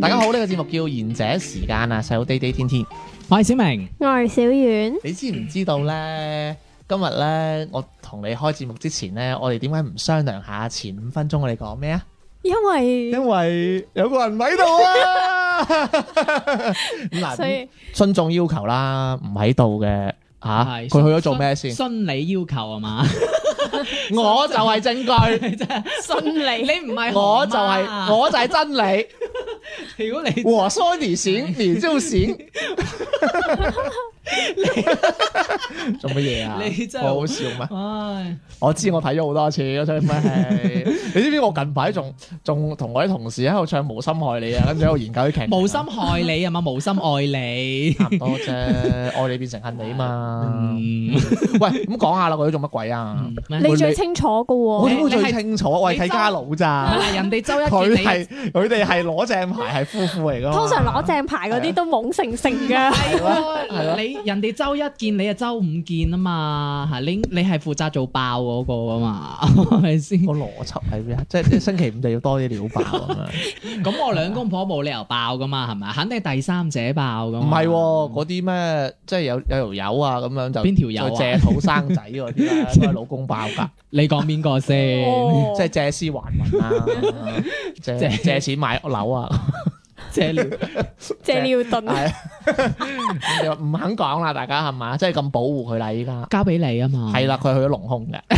大家好，呢、個節目叫賢者時間啊，細佬地地天天。我係小明，我係小遠，你知唔知道呢？今日呢，我同你開節目之前呢，我哋點解唔商量下前五分鐘我哋講咩啊？因為因為有個人唔喺度啊！ 咁嗱，所咁以遵眾要求啦，唔喺度嘅吓，佢係去咗做咩先？遵理要求啊嘛， 我就係證據，信你你唔係我就係我就係真理。我，如果你我说你行，你就行。做乜嘢啊？你真係好好笑咩？唉，我知我睇咗好多次啊嗰出咩 戲，你知唔知我近排仲仲同我啲同事喺度唱《無心害你》啊，跟住喺度研究啲劇情啊，無心害你啊嘛，無心愛你。差唔 多啫，愛你變成恨你嘛。嗯，喂，咁講下啦，佢做乜鬼啊？咩你最清楚噶我喎，點會最清楚？我係睇家佬咋，係人哋周一啊佢見你係佢哋係攞正牌係夫婦嚟噶嘛。通常攞正牌嗰啲都懵成成噶，係係喎，你人哋周一見你啊，周五見啊嘛，係你你係負責做爆嗰個啊嘛， 係咪先？個邏輯係咩啊？即係即係星期五就要多啲料爆咁樣。咁我兩公婆冇理由爆噶嘛，係咪？肯定係第三者爆噶唔嘛。係喎，嗰啲咩即係有有條友啊咁樣就邊條友啊哦就借肚生仔嗰啲 啦，都係老公爆㗎，你講邊個先？哦即係借屍還魂 啊，借借借錢買樓啊， 借料借尿遁，係啊咁就唔肯講啦，大家係嘛？即係咁保護佢啦，依家 交俾你啊嘛。係啦，佢去咗龍空 嘅，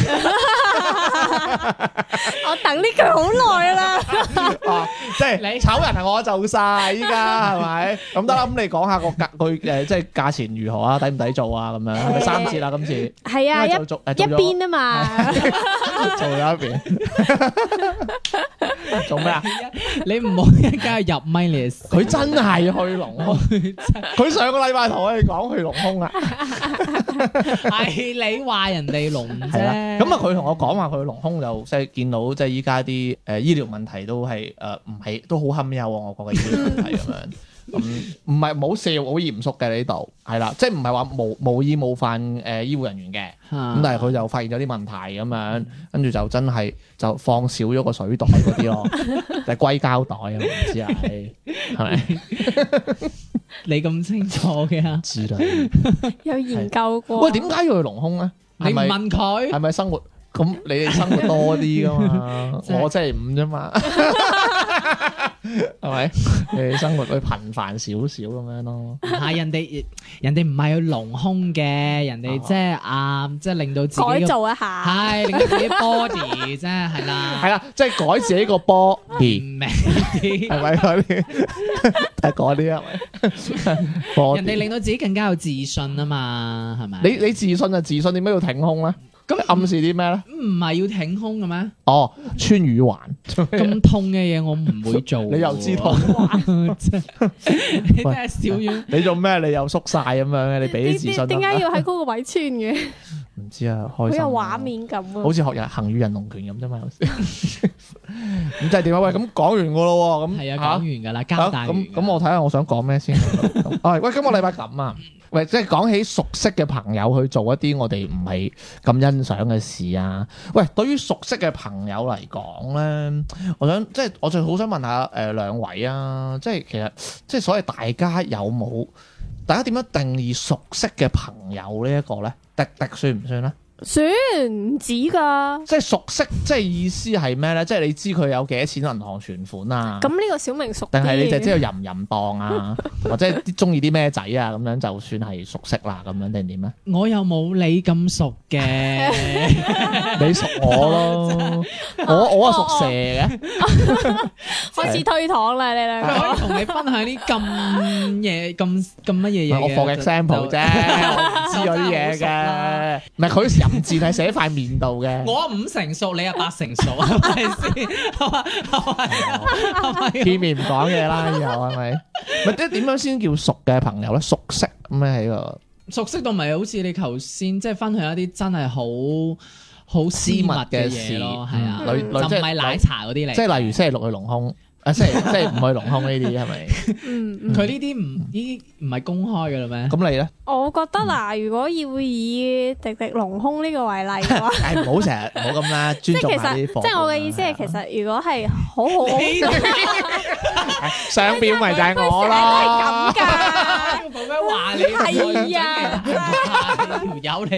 我等呢句好耐啦，啊即 係你炒人係我做晒，依家係咪？咁得啦，咁你講下個價 佢誒即係價錢如何啊？抵唔抵做啊？咁樣係咪三折啦？今次係啊，因一為做做誒一做咗邊啊嘛， 做咗一邊， 做咩啊？你唔好一家入咪你就佢真係去隆胸，佢上個禮拜同我哋講去隆胸啊， 係你話人哋聾係啦。啫。咁啊，佢同我講話佢去隆胸就即係見到即係依家啲誒醫療問題都係誒唔係都好堪憂啊！我覺得醫療問題咁 樣。咁唔係冇笑，好嚴肅嘅呢度係啦，即係唔係話無無意冒犯誒、呃、醫護人員嘅，咁咁但係佢就發現咗啲問題咁樣，跟住就真係就放少咗個水袋嗰啲 咯，就係硅膠袋啊，唔知係係咪你咁清楚嘅啊，之類？有研究過。喂，點解要去隆胸咧？你係唔咪問佢？係咪生活？咁你哋生活多啲噶嘛真係我真係五啫嘛，係咪？你哋生活會頻繁少少咁樣咯。係人哋人哋唔係去隆胸嘅，人哦哋即係啊，即係令到自己改嘅造一下，係令到自己 body 啫，係 啦。係啦，即係改自己個 body，明係咪嗰啲？係嗰啲係咪 body 人哋令到自己更加有自信啊嘛，係咪？你你自信就自信，點解要挺胸咧？咁暗示啲咩咧？唔係要挺 胸嘅咩？哦，穿耳環，咁痛嘅嘢我唔會做。你又知痛， 真係你真係小遠 你做咩？你又縮晒咁樣嘅，你俾啲自信得啊點唔得解要喺嗰個位穿嘅？唔知啊，好開有心啊畫面感啊！好似學人行與人龍拳咁啫嘛，有時 咁即係點啊？喂，咁講完噶咯喎，咁係嚇啊，講完噶啦，嚇交代完咁㗎啦。咁，我睇下我想講咩 先。啊喂，今個禮拜咁啊，喂，即係講起熟悉嘅朋友去做一啲我哋唔係咁欣賞嘅事啊。喂，對於熟悉嘅朋友嚟講咧，我想即係我就好想問下誒、呃、兩位啊，即係其實即係所謂大家有冇大家點樣定義熟悉嘅朋友呢一個咧？滴滴算唔算咧？算唔止噶，即係熟悉，即係意思係咩咧？即係你知佢有幾多錢銀行存款啊？咁呢個小明熟定係你就知啲，道淫唔淫蕩啊，嗯或者啲中意啲咩仔啊咁樣，就算係熟悉啦咁樣定點啊 咧？我又冇你咁熟 嘅，你熟我咯，我哦我啊屬蛇嘅，開始推搪啦，你兩個可以同你分享啲咁嘢咁咁乜嘢嘢嘅。我 for 就 example 啫，我唔知嗰啲嘢哦就真係好熟啦嘅，唔係佢淫字係寫塊面度嘅。 我五成熟，你啊八成熟，係咪先？係咪係咪係咪？ 見面唔講嘢啦，以後係咪？咪即係點樣先叫熟嘅朋友咧？熟悉咁樣喺個熟悉到咪好似你頭先即係分享一啲真係好好私密嘅私密嘅事嘢咯，係啊，嗯女女就即唔係係奶茶嗰啲嚟，即係例如星期六去隆胸，啊星期星期五去隆胸呢啲 係咪？嗯，佢呢啲唔呢啲唔係公開嘅嘞咩？咁你咧？。我覺得嗱，如果要以迪迪隆胸呢個為例嘅話誒唔好成日唔好咁啦，即 係尊重其下實，啲啊即係我嘅意思係，其實如果係好 好，實上邊咪就係我咯係咁。㗎。我冇咩話你係啊啊，條友你真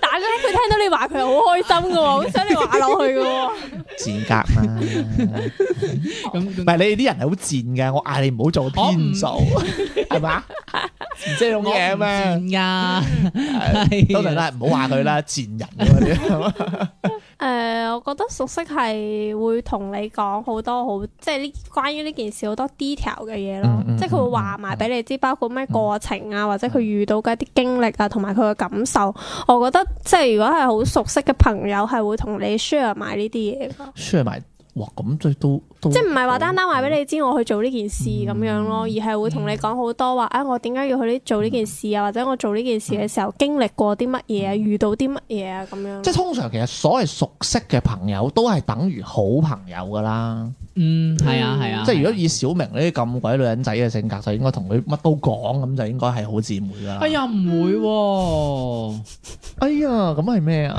但係咧，佢聽到你話佢好開心嘅喎，好想你話落去嘅喎。賤格嘛，唔咁係你哋啲人係好賤嘅，我嗌你唔好做編組，係嘛？唔知我種唔嘢啊咩？賤㗎，都嚟啦，唔好話佢啦，賤人嗰啲係嘛。誒、呃我覺得熟悉係會同你講好多好，即係呢關於呢件事好多 detail 嘅嘢咯，嗯嗯即係佢會話埋俾你知，包括咩過程啊，或者佢遇到嘅一啲經歷啊，同埋佢嘅感受。我覺得即係如果係好熟悉嘅朋友，係會同你 share 埋呢啲嘢㗎， share 埋，哇咁最都都即係唔係話單單話俾你知我去做呢件事咁樣咯，嗯而係會同你講好多話啊，我點解要去呢做呢件事啊，或者我做呢件事嘅時候經歷過啲乜嘢啊，遇到啲乜嘢啊咁樣。即係通常其實所謂熟悉嘅朋友都係等於好朋友噶啦，嗯，係啊，係啊，即係如果以小明呢啲咁鬼女人仔嘅性格，就應該同佢乜都講，咁就應該係好姊妹噶啦。哎，呀唔會喎。哎呀，咁係咩 啊？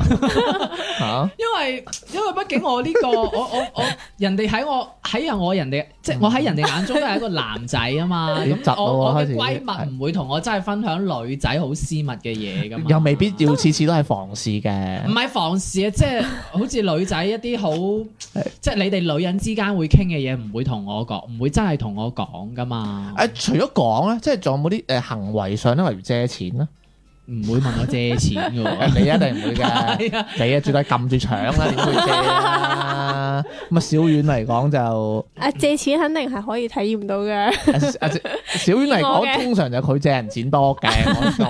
嚇，因為因為畢竟我呢、個 我我我人哋喺我喺人我人哋即係我喺人哋眼中都係一個男仔啊嘛，嗯 你窒咁我喎我我開嘅始閨蜜唔會同我真係分享女仔好私密嘅嘢噶 嘛，又未必要次次都係房事唔嘅，係防事啊，即係好似女仔一啲好即係你哋女人之間會傾嘅嘢，唔會同我講，唔會真係同我講噶嘛，誒除咗講咧，即係仲有冇啲誒行為上咧，例如借錢 咧？唔會問我借錢噶誒 喎。你一定唔會嘅。係啊，你啊，最多撳住搶啦，點會借啊？咁啊，小婉嚟講就，啊，借錢肯定係可以體驗到嘅。啊啊小婉嚟我嘅講，通常就佢借人錢多嘅，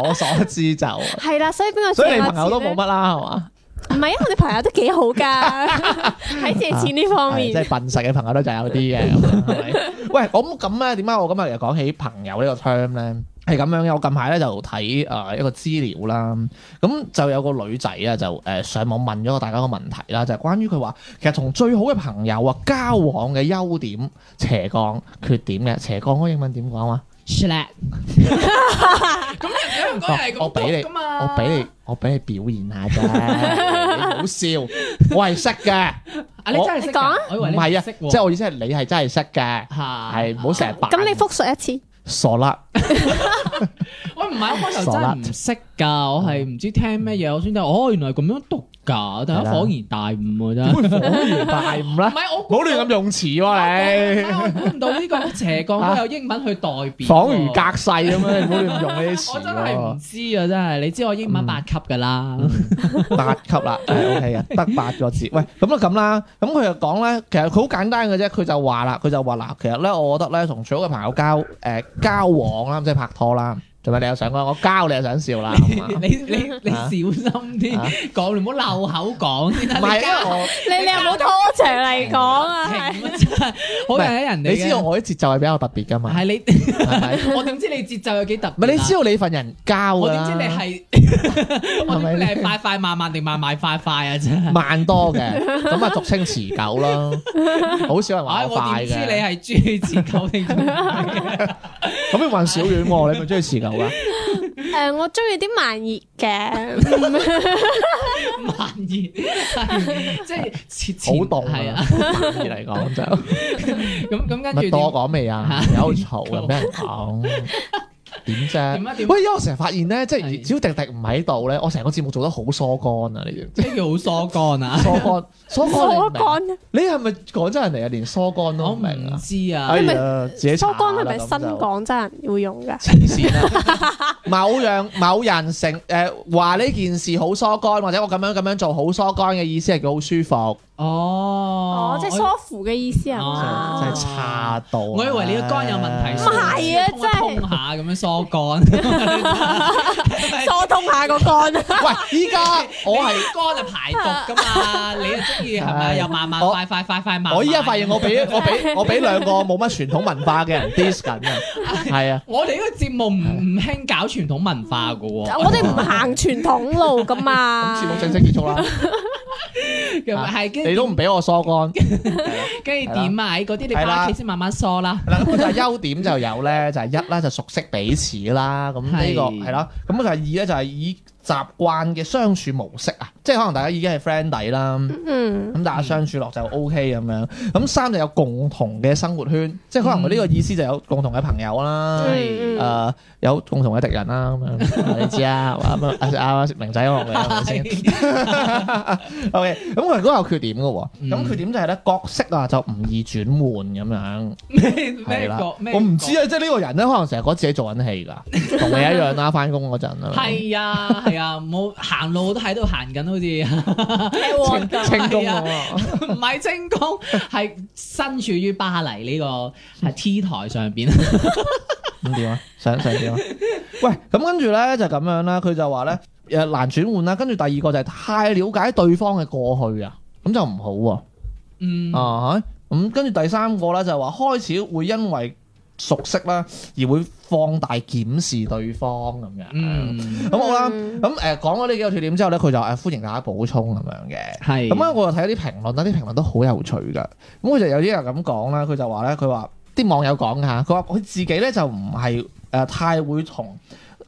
我我所知就，係啦，所以邊個所以借你我朋友都錢冇咧乜啦，係嘛？唔係啊，我哋朋友都幾好噶， 喺借錢呢方係即面係笨實嘅朋友都就有啲嘅，係咪？喂，咁咁咧，點解我今日又講起朋友呢個 term 咧？係咁樣嘅，我近排咧就睇誒一個資料啦，咁就有個女仔啊，就誒上網問咗個大家個問題啦，就係關於佢話其實同最好嘅朋友啊交往嘅優點、斜槓、缺點嘅斜槓嗰個英文點講啊？ Slack 咁人哋香港人係哦我我咁俾你讀㗎嘛，我俾你，我俾你表現下啫，你好笑，我係識嘅，啊，你真係識你講啊㗎，我以為唔你係啊，識即喎係我意思係你係真係識嘅，嚇係唔好成日扮咁你復述一次，傻啦。喂，唔係，我開傻頭真啦係唔識㗎，我係唔知聽咩嘢，我先得哦，原來咁樣讀㗎，但係係啦恍然大悟 啊，真係。大五啦唔，係我唔好估亂咁用詞喎唔係我估唔到呢個 斜槓都有英文去代你，表，恍如隔。世咁樣，你唔好亂用呢啲我詞真係喎。唔知啊！真係，你知我英文八級㗎啦，八級啦，係 OK 嘅，得八個字。喂，咁啊咁啦，咁佢就講咧，其實佢好簡單嘅啫，佢就話啦，佢就話嗱，其實咧，我覺得咧，同最好嘅朋友交誒交往啦，即係拍拖啦，做咩你又想講我交你又想笑 啦？咁啊 你你你啊小心啊啲講，你唔好漏口講先唔啦。係，你因為我你你有冇拖長嚟講啊？係停啊真係好唔係睇人哋嘅。你知道我啲節奏係比較特別噶嘛， 係你，係咪？我點知你節奏有幾特別啊？唔係你知道你份人交㗎我啦點知你係？我係咪點知你係快快慢慢定慢慢快快啊？真 係，慢多嘅，咁啊俗稱持久啦，好少人話唉，我快我點知你嘅。係中意持久定唔係啊？咁你問小丸喎，你咪中意持久噶？啊誒，我中意啲慢熱 嘅，慢熱，係即係切 好凍係啊！反而嚟講就咁咁跟住咪多點講未啊？嚇有嘈啊，俾人 講點點啊啫？點啊喂，因為我成日發現咧，即係係只要迪迪唔喺度咧，我成個節目做得好疏乾啊！你知唔知？咩叫好疏乾 啊？疏乾，疏乾疏你唔明，啊乾，你係咪廣州人嚟啊？連疏乾都我唔唔明啊！知啊哎，咪呀，自己疏查乾係啦咪咁新就廣州人會用㗎？黐線啊啦！某樣某人成誒話呢件事好疏乾，或者我咁樣咁樣做好疏乾嘅意思係佢好舒服。 哦，，哦即係疏乎嘅意思係哦嘛？真係差到。啊我以為你個肝有問題，唔係啊通一通下咁樣疏 肝，疏通下個肝，哦喂， 依家我係。肝就排毒噶嘛，你又中意係咪唉又慢慢我快快快快慢慢？我依家發現我 俾我俾我俾兩個冇乜傳統文化嘅人 diss 緊 啊，係啊，我哋呢個節目唔唔興搞傳統文化噶喎，我哋唔行傳統路噶嘛咁。節目正式結束啦，係你啊 跟都唔俾我梳乾。跟住點啊？嗰啲你翻屋企先慢慢梳啦。嗱，咁就係優點就有咧，就係一啦，就熟悉彼此啦，咁呢個係係啦，咁就係二咧，就係以習慣嘅相處模式啊，即係可能大家已經係 friend 底啦，嗯，咁大家相處落就 O K 咁樣，咁三就有共同嘅生活圈，即係可能佢呢個意思就有共同嘅朋友啦。嗯誒、嗯有共同嘅敵人啦，咁樣你知 啊，阿阿阿明仔學嘅 係咪先 ？OK，咁佢都有缺點嘅喎，咁缺點就係咧角色啊就唔易轉換咁樣。咩係咩啦國咩？我唔知啊，即係呢個人咧，可能成日覺得自己做緊戲㗎，同你一樣啦， 翻工嗰陣啊，係啊係啊，冇行路都喺度行緊，好似 清工咁啊，唔係精 工，係身處於巴黎呢個係 T 台 上邊。咁點啊？想想點啊？喂，咁跟住咧就咁樣啦，佢就話咧誒難轉換啦，跟住第二個就係太了解對方嘅過去啊，咁就唔好喎、嗯，啊，咁跟住第三個咧就係話開始會因為熟悉啦，而會放大檢視對方咁樣。嗯，咁好啦，嗯咁誒講咗呢幾個缺點之後咧，佢就誒歡迎大家補充咁樣嘅。係咁啊咧，我又睇啲評論啦，啲評論都好有趣噶。咁佢就有啲人咁講啦，佢就話咧，佢話啲網友講下，佢話佢自己咧就唔係誒太會同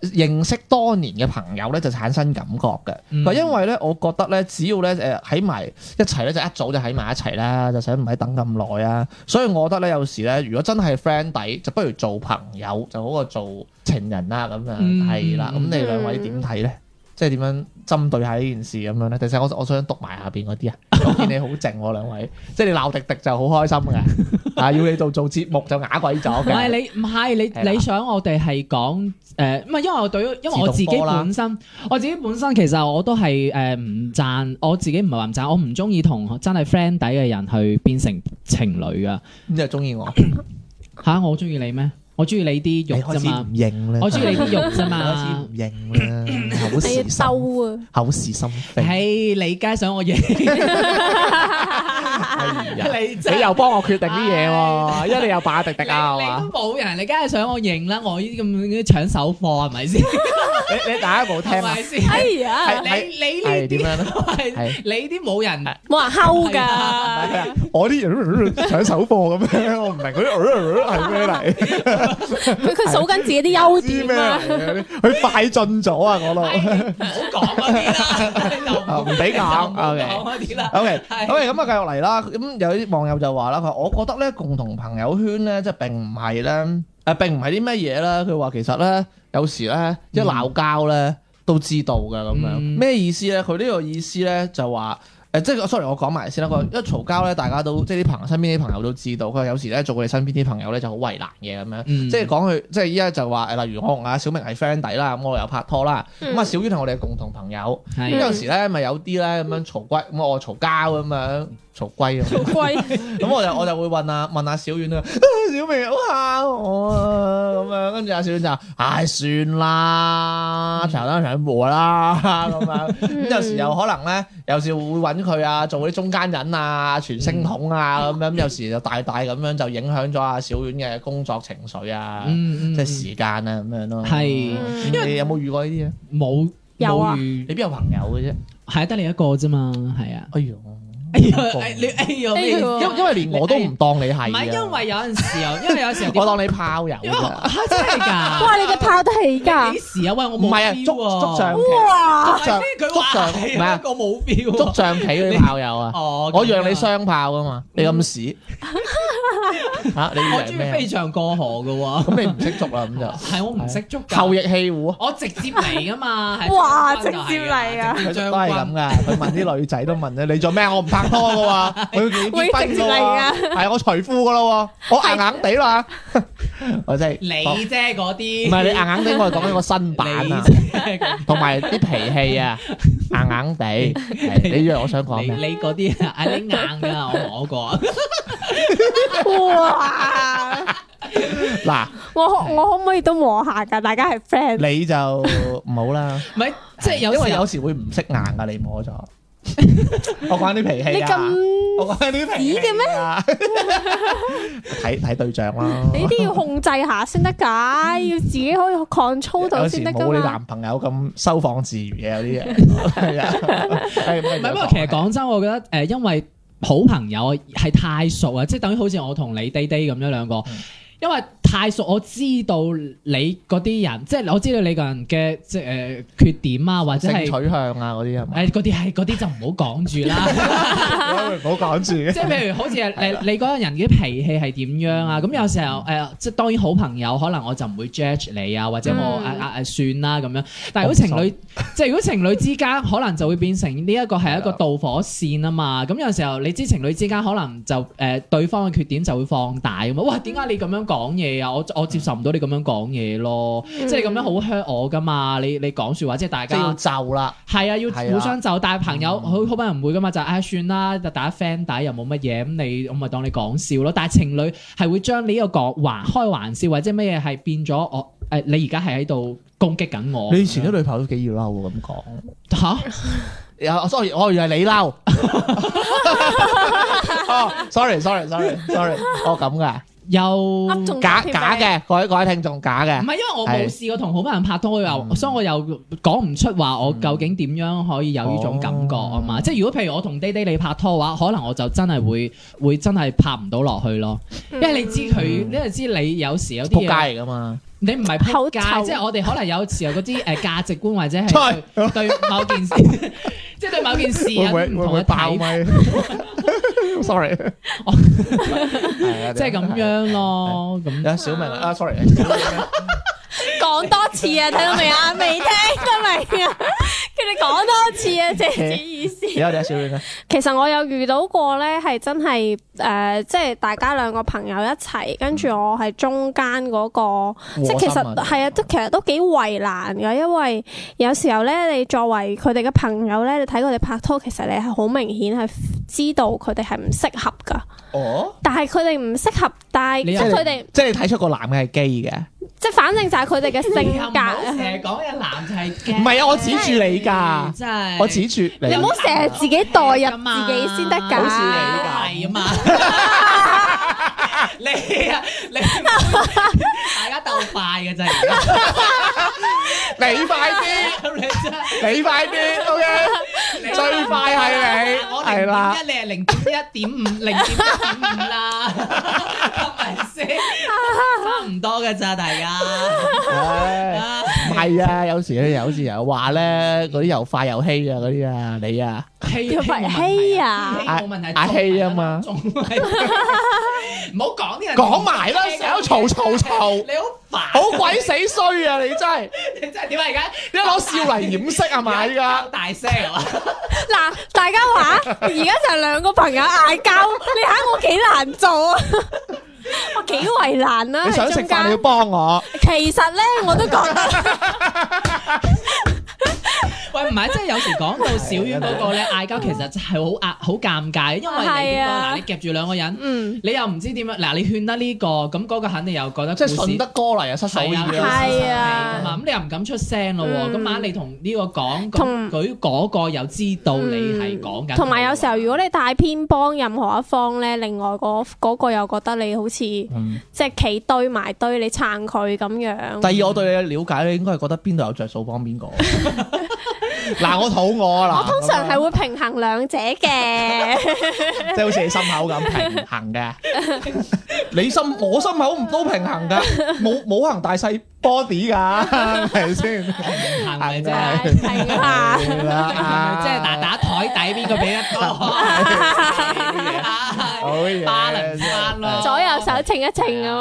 呃認識多年嘅朋友咧就產生感覺嘅。嗯佢話因為咧，我覺得咧，只要咧誒喺埋一齊咧，就一早就喺埋一齊啦，就使唔使等咁耐啊？所以我覺得咧，有時咧，如果真係 friend 底，就不如做朋友就好過做情人啦咁樣。嗯係啦、咁你兩位點睇咧？即係點樣針對下呢件事咁樣咧？第四，我我想讀埋下邊嗰啲 啊，我見你好靜喎兩位，即係你鬧迪迪就好開心 嘅，啊要你度做節目就啞鬼咗唔係嘅，你唔係係啦你你想我哋係講誒，唔係因為我對於，因為我自自動己波啦本身，我自己本身其實我都係誒唔贊，我自己唔係話唔贊，我唔中意同真係 friend 底嘅人去變成情侶噶咁就中意我，吓，我中意你咩？我中意你啲你肉開啫始嘛唔，認啦，我中意你啲肉啫嘛你開始唔認啦，口你是要心兜啊！口是心非，係你梗係想我贏，哎呀你真係你又幫我決定啲嘢喎，唉因為你又霸迪迪啊，係你嘛你？都冇人，你梗係想我贏啦，我呢啲咁樣搶手貨係咪先？你你大家冇聽係啊咪？先？哎呀，係你你係呢點啲樣咧？係係你啲冇人。冇人睺係啊㗎。我啲人搶手貨咁樣，我唔明嗰啲係咩嚟？佢佢數緊自己啲優知點咩啊嚟！嘅？佢快進咗啊！我唉度。唔好講嗰啲啦，唔俾講就唔好講嗰啲啦。 O K，係好咁啊，繼續嚟啦。咁有啲網友就話啦，佢話我覺得咧，共同朋友圈咧，即係並唔係咧，誒、並唔係啲咩嘢啦。佢話其實咧，有時咧一鬧交咧都知道嘅咁樣。嗯咩、意思咧？佢呢個意思咧就話。誒，即係 sorry，我講埋先啦。嗯佢話一嘈交咧，大家都即係啲朋友身邊啲朋友都知道。佢話有時咧做佢哋身邊啲朋友咧就好為難嘅咁樣。嗯即係講佢，即係依家就話誒，例如我同阿小明係 friend 底啦，咁我又拍拖啦，咁啊、嗯小婉係我哋嘅共同朋友。咁係有時咧，咪有啲咧咁樣嘈歸，咁我嘈交咁樣嘈歸咁，貴咁我就我就會問啊問下小婉啊， 啊小明好嚇我啊咁樣，跟住阿小婉就唉算啦，嗯長單長和啦啊 咁樣，咁有時又可能咧，有時會揾佢啊做啲中間人啊、傳聲筒啊咁樣，有時就大大咁樣就影響咗阿小婉嘅工作情緒啊，嗯嗯，即係時間啊咁樣咯。係嗯咁你有冇遇過呢啲啊？冇有啊冇遇你邊有朋友嘅啫？係得你一個啫嘛，係啊。哎呦！哎呀，哎你哎呀咩？哎因因為連我都唔當你係，啊唔係因為有陣時候，因為有陣時候我當你炮友因為啫，嚇真係哇！㗎，你嘅炮得起㗎 幾，時啊？喂，我唔冇係啊， feel 捉喎捉象哇！係呢佢捉話象唔係係啊啊，我冇 feel 棋，喎捉象棋嗰啲炮友啊，哦，我讓咁你樣雙炮啊嘛，你咁屎嚇，你以嗯我為中意咩 飛啊？象過河㗎喎，咁你唔識捉啦，咁 就係我唔識捉㗎後翼啊氣壺。我直接嚟噶嘛，係哇將軍就係㗎直接嚟啊直接佢將都係咁軍噶，佢問啲女仔都問咧，你做咩？我唔拍拍拖噶喎， 佢要結會結婚直噶接嚟喎，係我除褲噶咯喎，我硬硬地 啦，我真係你講啫嗰啲，唔係你硬硬地，我係講緊個新版啊，你同埋啲脾氣啊， 硬硬地，係你以為我想講咩？你你嗰啲啊，你硬噶，我摸過。哇！嗱，我可我可唔可以都磨下㗎？大家係 friend，你就唔好啦，唔係，即係有因為時有候時會唔識硬噶，你摸 咗。我講緊啲脾你氣啊，咁我講緊啲脾氣啊， 睇睇對象啦。你都要控制下先得㗎，要自己可以 control 到嗯有時先得冇㗎你嘛。男朋友咁收放自如嘅有 啲嘢，係啊，係唔唔係，不過其實講真，我覺得誒，因為好朋友係太熟啊，即係等於好似我同你弟弟咁樣兩個嗯。因為太熟，我知道你嗰啲人，即係我知道你個人嘅即係誒缺點啊，或者性係取向啊嗰啲 係咪？誒嗰啲係嗰啲就唔好講住啦。唔好 講住嘅即係譬如好似你你嗰個人嘅脾氣係點樣啊？咁有時候誒、呃即係當然好朋友，可能我就唔會 judge 你啊，或者我嗯啊啊啊算啦咁樣。但係如果情侶， 即係如果情侶之間，可能就會變成呢一個係一個導火線啊嘛。咁有時候你知情侶之間可能就誒、呃、對方嘅缺點就會放大咁啊。哇，點解你咁樣講嘢啊？我我接受唔到你咁樣講嘢咯，即係咁樣好 hurt 我噶嘛。你你講説話即係大即係要家。就啦，係啊，要係啊嗯互相就，但係朋友好好多人唔會噶嘛，就唉算啦，就打 friend 底又冇乜嘢，咁你我咪當你講笑咯。但係情侶係會將呢個講玩開玩笑或者咩嘢係變咗我誒，你而家係喺度攻擊緊我。你以前啲女朋友都幾要嬲喎咁講。嚇有，sorry，我以為你 嬲。哦，sorry，sorry，sorry，sorry，哦咁噶，又噏中假假嘅，各位各位聽眾假唔嘅，係因為我冇試過同好多人拍拖，我嗯又所以我又講唔出話我究竟點樣可以有呢種感覺啊哦嘛。即係如果譬如我同爹爹你拍拖嘅話，可能我就真係會會真係拍唔到落去咯，因為你知嗯佢，因為知你有時有嗯仆啲街嘢。嚟噶嘛，你唔係撲街口臭，即係我哋可能有時候嗰啲誒價值觀 或者菜係對對某件事， 即係對某件事有啲唔同嘅睇 法，咪？sorry，哦係啊即係咁。樣咯。咁有小明啊，sorry， 講多次啊，睇到未 啊？未聽得明啊？叫你講多次 啊，姐姐意思。有我哋小明啊，其實我有遇到過咧，係真係誒、呃即係大家兩個朋友一齊，跟住我係中間嗰、個，即係其實係啊，都其實都幾為難嘅，因為有時候咧，你作為佢哋嘅朋友咧，你睇佢哋拍拖，其實你係好明顯係知道佢哋係唔適合噶，哦，但係佢哋唔適合，但係你即又係佢哋，即係你睇出個男嘅係基嘅，即係反正就係佢哋嘅性你又唔好格。啊成日講嘅男就係唔驚係啊，我指住你㗎，真係我指住你你唔好成日自己代入自己先得㗎，好 似你咁係啊嘛。你啊，你唔好大家鬥快嘅啫，而家你快啲，你真係。你快啲，OK，最啊快係你，我係啦。零點一，你係零點一點五，零點一點五啦，係咪先？差唔多嘅咋，大家。唉啊唔係啊，有時咧，有時又話咧，嗰啲又快又稀啊，嗰啲啊，你啊，欺有份欺啊欺冇問題阿仲係欺啊嘛仲係唔好講啲人講埋啦成日都嘈嘈嘈你好煩，好鬼死衰啊！你真係，你真係點啊？而家你攞笑嚟掩飾啊嘛？依家 好大聲啊！嗱，大家話而家就兩個朋友嗌交，你睇我幾難做啊！我幾為難啦、你想喺食中飯你要間。幫我，其實咧，我都覺得喂，唔係，即係有時講到小丸嗰個咧，嗌交其實係好壓、好尷尬，因為你係點講啊嗱，你夾住兩個人。嗯，你又唔知點樣嗱？你勸得呢、個，咁嗰個肯定又覺得即係故事順得哥嚟啊，失手意係啊，係係啊啊嘛，咁你又唔敢出聲咯喎。嗯今晚你同呢個講，咁同佢嗰個又知道你係講緊佢喎。嗯同埋有時啊候，如果你太偏幫任何一方咧，另外嗰、嗰個又覺得你好似即嗯係企堆埋堆，你撐佢咁樣。第二，我對你嘅了解咧，應該係覺得邊度有着數幫 邊個。嗱，我肚餓啦，啊我通常係會平衡兩者 嘅，即係好似你心口咁平衡嘅， 你心我心口唔都平衡㗎，冇冇可能大細 body 㗎，係咪先？行嘅啫，係 係 啊，係即係咪即係打打台底邊個俾得多？係啊好嘢巴零巴咯，左右手稱一稱啊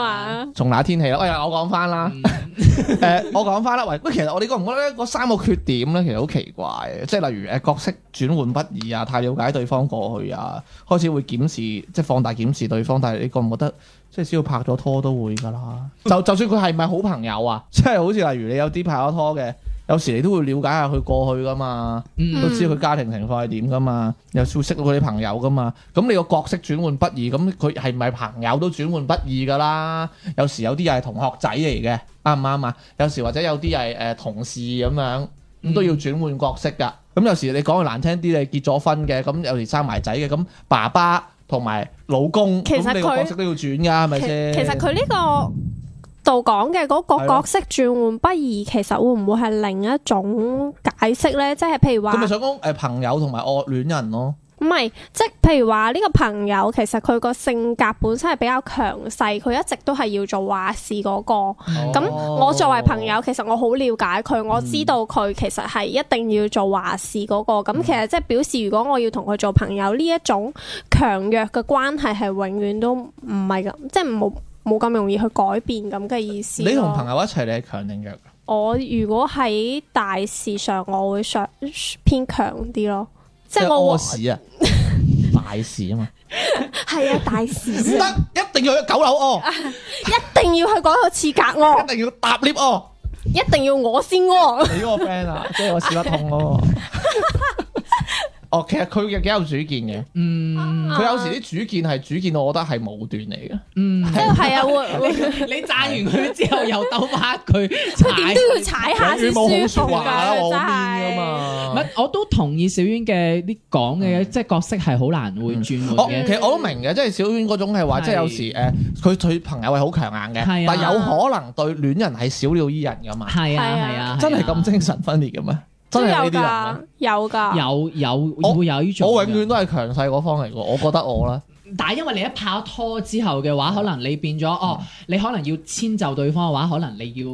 嘛，仲那天氣啦，喂，哎我講翻啦，誒、呃我講翻啦，喂，喂，其實我哋覺唔覺得咧嗰三個缺點咧，其實好奇怪嘅，即係例如誒角色轉換不易啊，太了解對方過去啊，開始會檢視，即係放大檢視對方，但係你覺唔覺得？即係只要拍咗拖都會㗎啦，就就算佢係咪好朋友啊，即係好似例如你有啲拍咗拖嘅，有時你都會了解下佢過去㗎嘛。嗯都知道佢家庭情況係點噶嘛，又會識到佢啲朋友噶嘛。咁你個角色轉換不易，咁佢係咪朋友都轉換不易噶啦？有時有啲又係同學仔嚟嘅，啱唔啱啊？有時或者有啲係誒同事咁樣，嗯咁都要轉換角色噶。咁有時你講句難聽啲，你結咗婚嘅，咁有時生埋仔嘅，咁爸爸同埋老公，其實咁你個佢角色都要轉噶，係啊咪其先？其實佢呢個度講嘅嗰係個咯角色轉換不易，其實會唔會係另一種解釋咧？即係譬如話咁咪。想講誒朋友同埋惡戀人咯。唔係，即係譬如話呢個朋友，其實佢個性格本身係比較強勢，佢一直都係要做話事嗰、個。咁、哦我作為朋友，其實我好了解佢，我知道佢其實係一定要做話事嗰、個。嗯咁其實即係表示，如果我要同佢做朋友，呢一種強弱嘅關係係永遠都唔係咁，即係冇冇咁容易去改變咁嘅意思咯。你同朋友一齊，你係強定弱㗎？我如果喺大事上，我會想偏強啲咯。即係我會屙屎啊，大事 啊嘛。係啊，大事唔上。得，一定要去九樓屙，啊一定要去嗰個次格屙，一定要搭 lift 屙。一定要我先屙。你嗰個 friend 啊，即係我屎忽痛咯。 哦，其實佢嘅幾有主見嘅，嗯啊佢有時啲主見係主見，我覺得係武斷嚟嘅。嗯，即係係啊， 會會你讚完佢之後又兜翻佢，佢點都要踩下先佢冇好舒説服話啦，我㗎，真好 mean 噶係。唔嘛係。，我都同意小婉嘅啲講嘅，即係角色係好難會轉換我嘅。其實我都明嘅，即係小婉嗰種係話，係即係有時誒，佢對朋友係好強硬嘅，係啊但有可能對戀人係小鳥依人噶嘛。係啊係啊係啊，真係係啊咁精神分 裂嘅咩？真都係有有呢啲啊人㗎，咩有㗎。有我有會有呢種㗎。我永遠都係強勢嗰方嚟嘅，我覺得我啦。但係因為你一拍拖之後嘅話，可能你變咗嗯哦，你可能要遷就對方嘅話，可能你要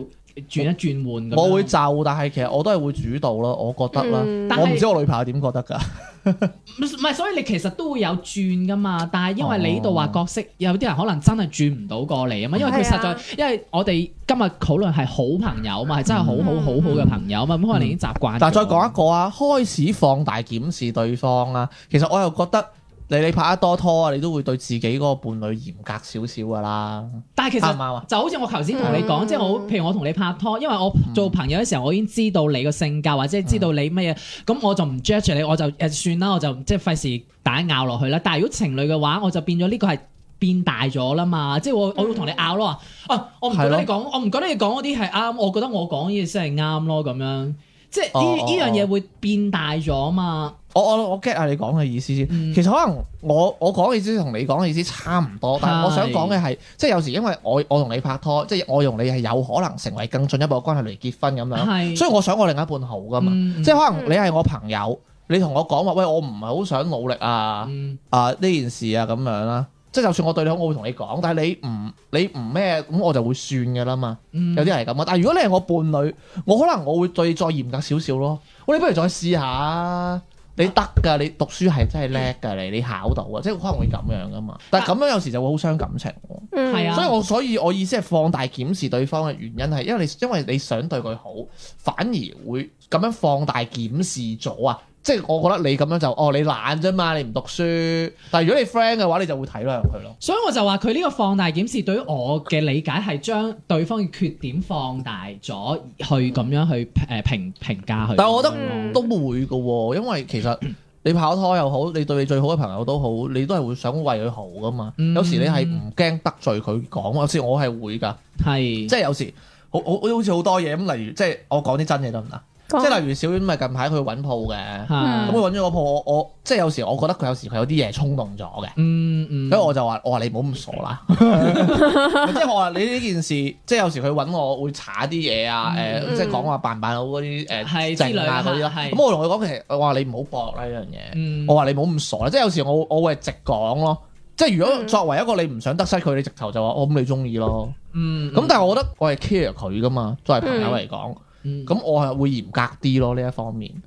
轉一轉換咁樣。我會就，但係其實我都係會主導咯，我覺得啦。嗯但係我唔知我女朋友點覺得㗎。唔唔係，所以你其實都會有轉噶嘛。但係因為你呢度哦話角色，有啲人可能真係轉唔到過嚟啊嗯嘛，因為佢實係在啊，因為我哋今日討論係好朋友嘛，係真係好好好好嘅朋友嘛，咁可能你已經習慣咗。嗯但係再講一個啊，開始放大檢視對方啦。其實我又覺得你你拍得多拖啊，你都會對自己嗰個伴侶嚴格少少㗎啦。但係其啱唔實啱啊？就好似我頭先同你講，嗯即係我譬如我同你拍拖，因為我嗯做朋友嘅時候，我已經知道你個性格或者知道你乜嘢，咁我就唔 judge 你，我就誒算啦，我就即係費事打拗落去啦。但係如果情侶嘅話，我就變咗呢個係。變大咗啦嘛，即係我我會同你拗咯，啊，我唔覺得你講，我唔覺得你講嗰啲係啱，我覺得我講嘅嘢先係啱咯，咁樣，即係哦呢哦呢樣嘢會變大咗嘛，我我我 get 下你講嘅意思先。嗯其實可能我我講嘅意思同你講嘅意思差唔多，但係我想講嘅係，即係有時因為我我同你拍拖，即係我同你係有可能成為更進一步嘅關係嚟結婚咁樣，係所以我想我另一半好㗎嘛。嗯即係可能你係我朋友，你同我講話，喂，我唔係好想努力啊，嗯啊呢件事啊咁樣啦。即係就算我對你好，我會同你講，但係你唔你唔咩咁，我就會算㗎啦嘛。嗯有啲人係咁啊，但係如果你係我伴侶，我可能我會對你再嚴格少少咯。喂，你不如再試下啊，你得㗎，你讀書係真係叻㗎，你你考到啊，即係可能會咁樣㗎嘛。但係咁樣有時就會好傷感情喎。嗯係啊所以我所以我意思係放大檢視對方嘅原因係因為你因為你想對佢好，反而會咁樣放大檢視咗啊！即係我覺得你咁樣就哦，你懶啫嘛，你唔讀書。但係如果你 friend 嘅話，你就會體諒佢咯。所以我就話佢呢個放大檢視對於我嘅理解係將對方嘅缺點放大咗，去咁樣去誒評評價佢。但係我覺得嗯都會嘅喎，因為其實你拍拖又好，你對你最好嘅朋友都好，你都係會想為佢好噶嘛。嗯有時你係唔驚得罪佢講，有時我係會㗎，係即係有時好好好似好多嘢咁，例如即係我講啲真嘢得唔得？講即係例如小婉咪近排佢揾鋪嘅。咁嗯係佢揾咗個鋪，我我即係有時我覺得佢有時佢有啲嘢衝動咗嘅，嗯嗯，所以我就話我話你唔好咁傻 啦， 即係我話你呢件事，即係有時佢揾我會查啲嘢啊，誒嗯即係講話扮唔扮好嗰啲誒係之證啊類嗰啲啦，係咁我同佢講其實我話你唔好搏啦呢樣嘢，嗯我話你唔好咁傻啦，即係有時我我會係直講咯，即係如果嗯作為一個你唔想得失佢，你直頭就話我咁你中意咯，嗯咁但係我覺得我係 care 佢噶嘛，作為朋友嚟講，咁咁我係會嚴格啲咯呢一方面。嗯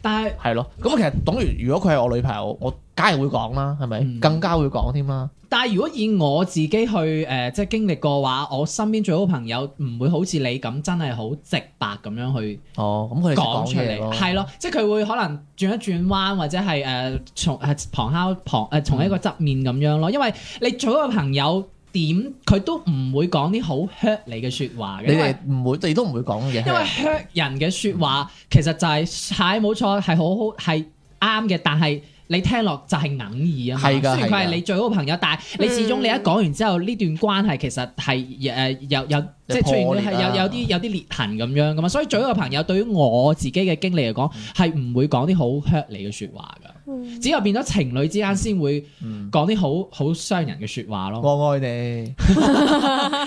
但係係咯。咁其實等於如果佢係我女朋友，我梗係會講啦，係咪？嗯更加會講添啦。但係如果以我自己去誒、呃即係經歷過話，我身邊最好朋友唔會好似你咁真係好直白咁樣去哦，咁佢哋識講講出嘢嚟，咯。係咯，即係佢會可能轉一轉彎，或者係誒、呃、從誒旁敲旁誒、呃、從一個側面咁樣咯，因為你做一個朋友點佢都唔會講啲好 hurt 你嘅説話嘅，你因為哋唔會，你都唔會講嘢。啊因為 hurt 人嘅説話其實就係係冇錯係好好係啱嘅，但係你聽落就係硬耳啊嘛。係㗎雖係然佢係㗎你最好嘅朋友，但係你始終嗯你一講完之後，呢段關係其實係誒有有即係出現嗯破咗裂啊係啦有有啲有啲裂痕咁樣噶嘛。所以最好嘅朋友對於我自己嘅經歷嚟講，嗯係唔會講啲好 hurt 你嘅説話㗎。嗯只有變咗情侶之間先會嗯講啲好好傷人嘅説話咯。我愛 你，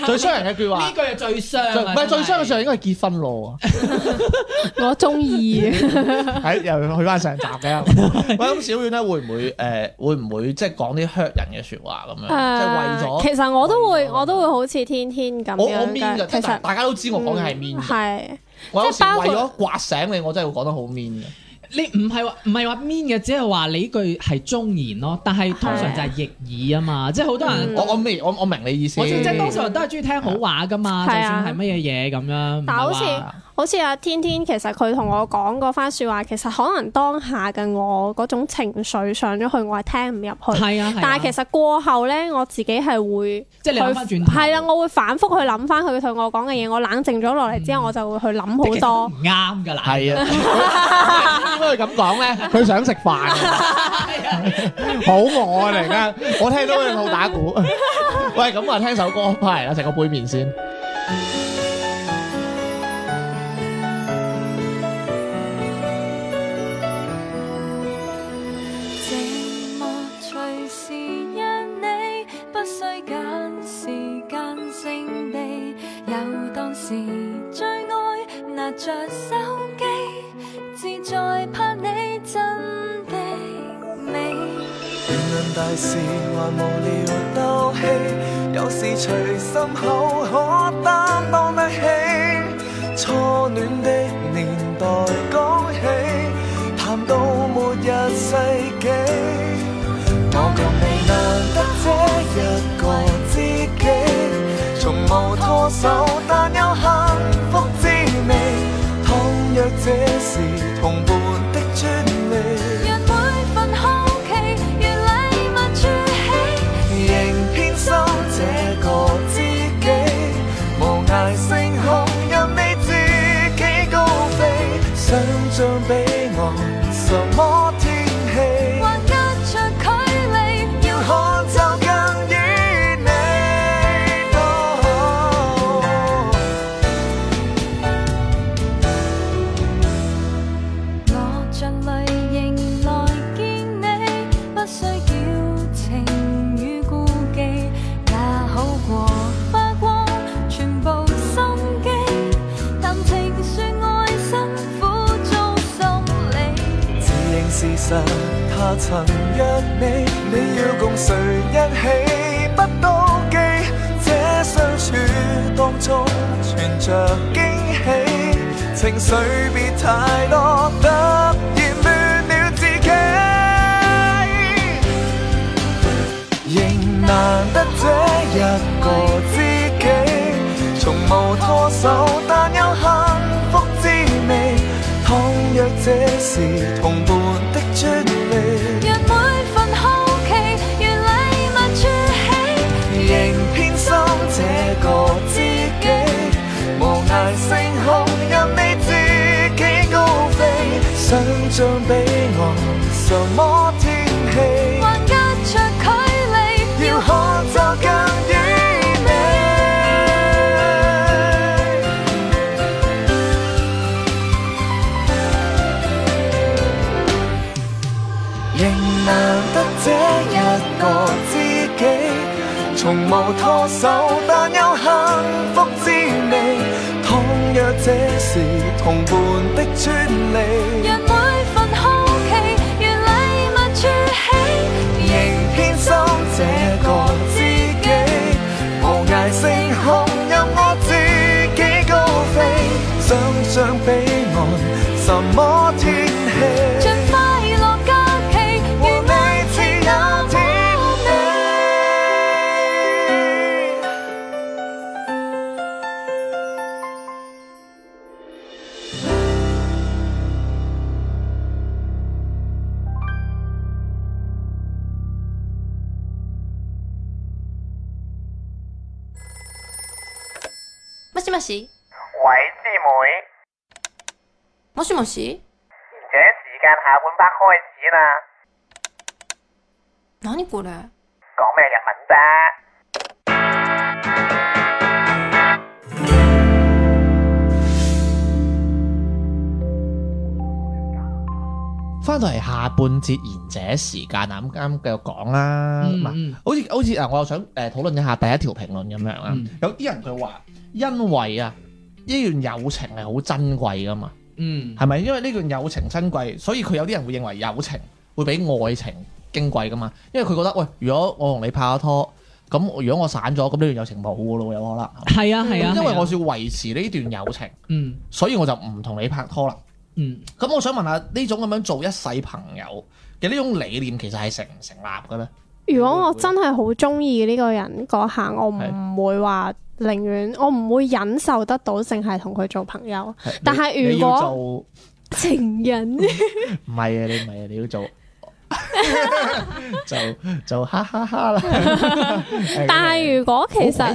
最傷人嘅句呢話。句係最傷最唔啊，係最傷嘅真係上應該係結婚 咯喎，我中意，喺又去翻上集 嘅。喂，咁小遠咧會唔會誒會唔會即係講啲 hurt 人嘅説話咁樣？ 即係為咗誒啊其實我都為會，咗我都會好似天天咁我我樣 mean 嘅。嘅，其即係實嗯大家都知我講嘅係 mean 嘅。係我有時即係包括為咗刮醒你，我真係會講得好 mean 嘅。你唔係話唔係話 mean 嘅，只係話你呢句係忠言咯。但係通常就係逆耳啊嘛，即係好多嗯人，我我明我我明你意思。我知即係通常人都係中意聽好話噶嘛，就係算啊係乜嘢嘢咁樣。但嗯好似唔係話好似阿天天，其實佢同我講嗰番説話，其實可能當下嘅我嗰種情緒上咗去，我係聽唔入去。係啊，但係其實實過後咧，我自己係會即係你諗翻轉頭，係啦，我會反覆去諗翻佢對我講嘅嘢。我冷靜咗落嚟之後，我就會去諗其實好唔啱㗎啦。係 啊，應該係咁講咧，佢想食飯啊，好餓啊！嚟家我聽到佢好打鼓。 喂，咁啊，聽首歌翻嚟啦，食個杯麵先。寂寞隨時因你，不需揀時間勝地，遊蕩時最愛拿着手機，自在拍你真的美。評論大事還無聊鬥氣，有時隨心口可擔當得起。初戀的年代講起，談到末日世紀，我共你難得這一個知己，從無拖手，但有幸福滋味。倘若這是同伴的專利。讓每份好奇如禮物串起。仍偏心這個知己，無涯星空任你自己高飛，想像彼岸什麼天氣，還隔着距離，要要可就近於你度。我像淚迎來見你，不需矯情與顧忌，也好過花光全部心機。談情説愛，辛苦做心理。自認事實，他曾約你，你要共誰一起不妒忌，這相處當中存着驚喜，情緒別太多，突然亂了自己。仍難得這一個知己，從無拖手，但有幸福滋味。倘若這是同伴的專利，讓每份好奇如禮物串起，仍偏心這個知己，無涯星空任你自己高飛，想像彼岸什麼天氣。還隔着距離，要要可就近於你。仍難得這一個知己，從無拖手，但有幸福滋味。倘若這是同伴的專利。讓每份好奇如禮物串起。仍偏心這個知己，無涯星空任我自己高飛，想像彼岸什麼天氣。もし喂，師妹，もしもし賢者時間下半 part 開始啦，何これ講咩日文啫？翻到嚟下半節賢者時間啊，咁啱繼續講啦。嗯嗱嗯好似好似啊，我又想誒討論一下第一條評論咁樣啊。嗯有啲人佢話，因為啊，呢段友情係好珍貴噶嘛，嗯係咪？因為呢段友情珍貴，所以佢有啲人會認為友情會比愛情矜貴噶嘛。因為佢覺得，喂，如果我同你拍咗拖，咁如果我散咗，咁呢段友情冇噶咯，有可能。係啊係啊，咁因為係啊我要維持呢段友情，嗯所以我就唔同你拍拖啦。嗯咁我想問下，呢種咁樣做一世朋友嘅呢種理念，其實係成唔成立嘅咧？如果我真係好中意呢個人嗰下，我唔會話寧願，我唔會忍受得到，淨係同佢做朋友。但係你如你要果做唔情人係啊，你唔係啊，你要 做 就就哈哈哈啦。 但係如果其好實鬼，鹹濕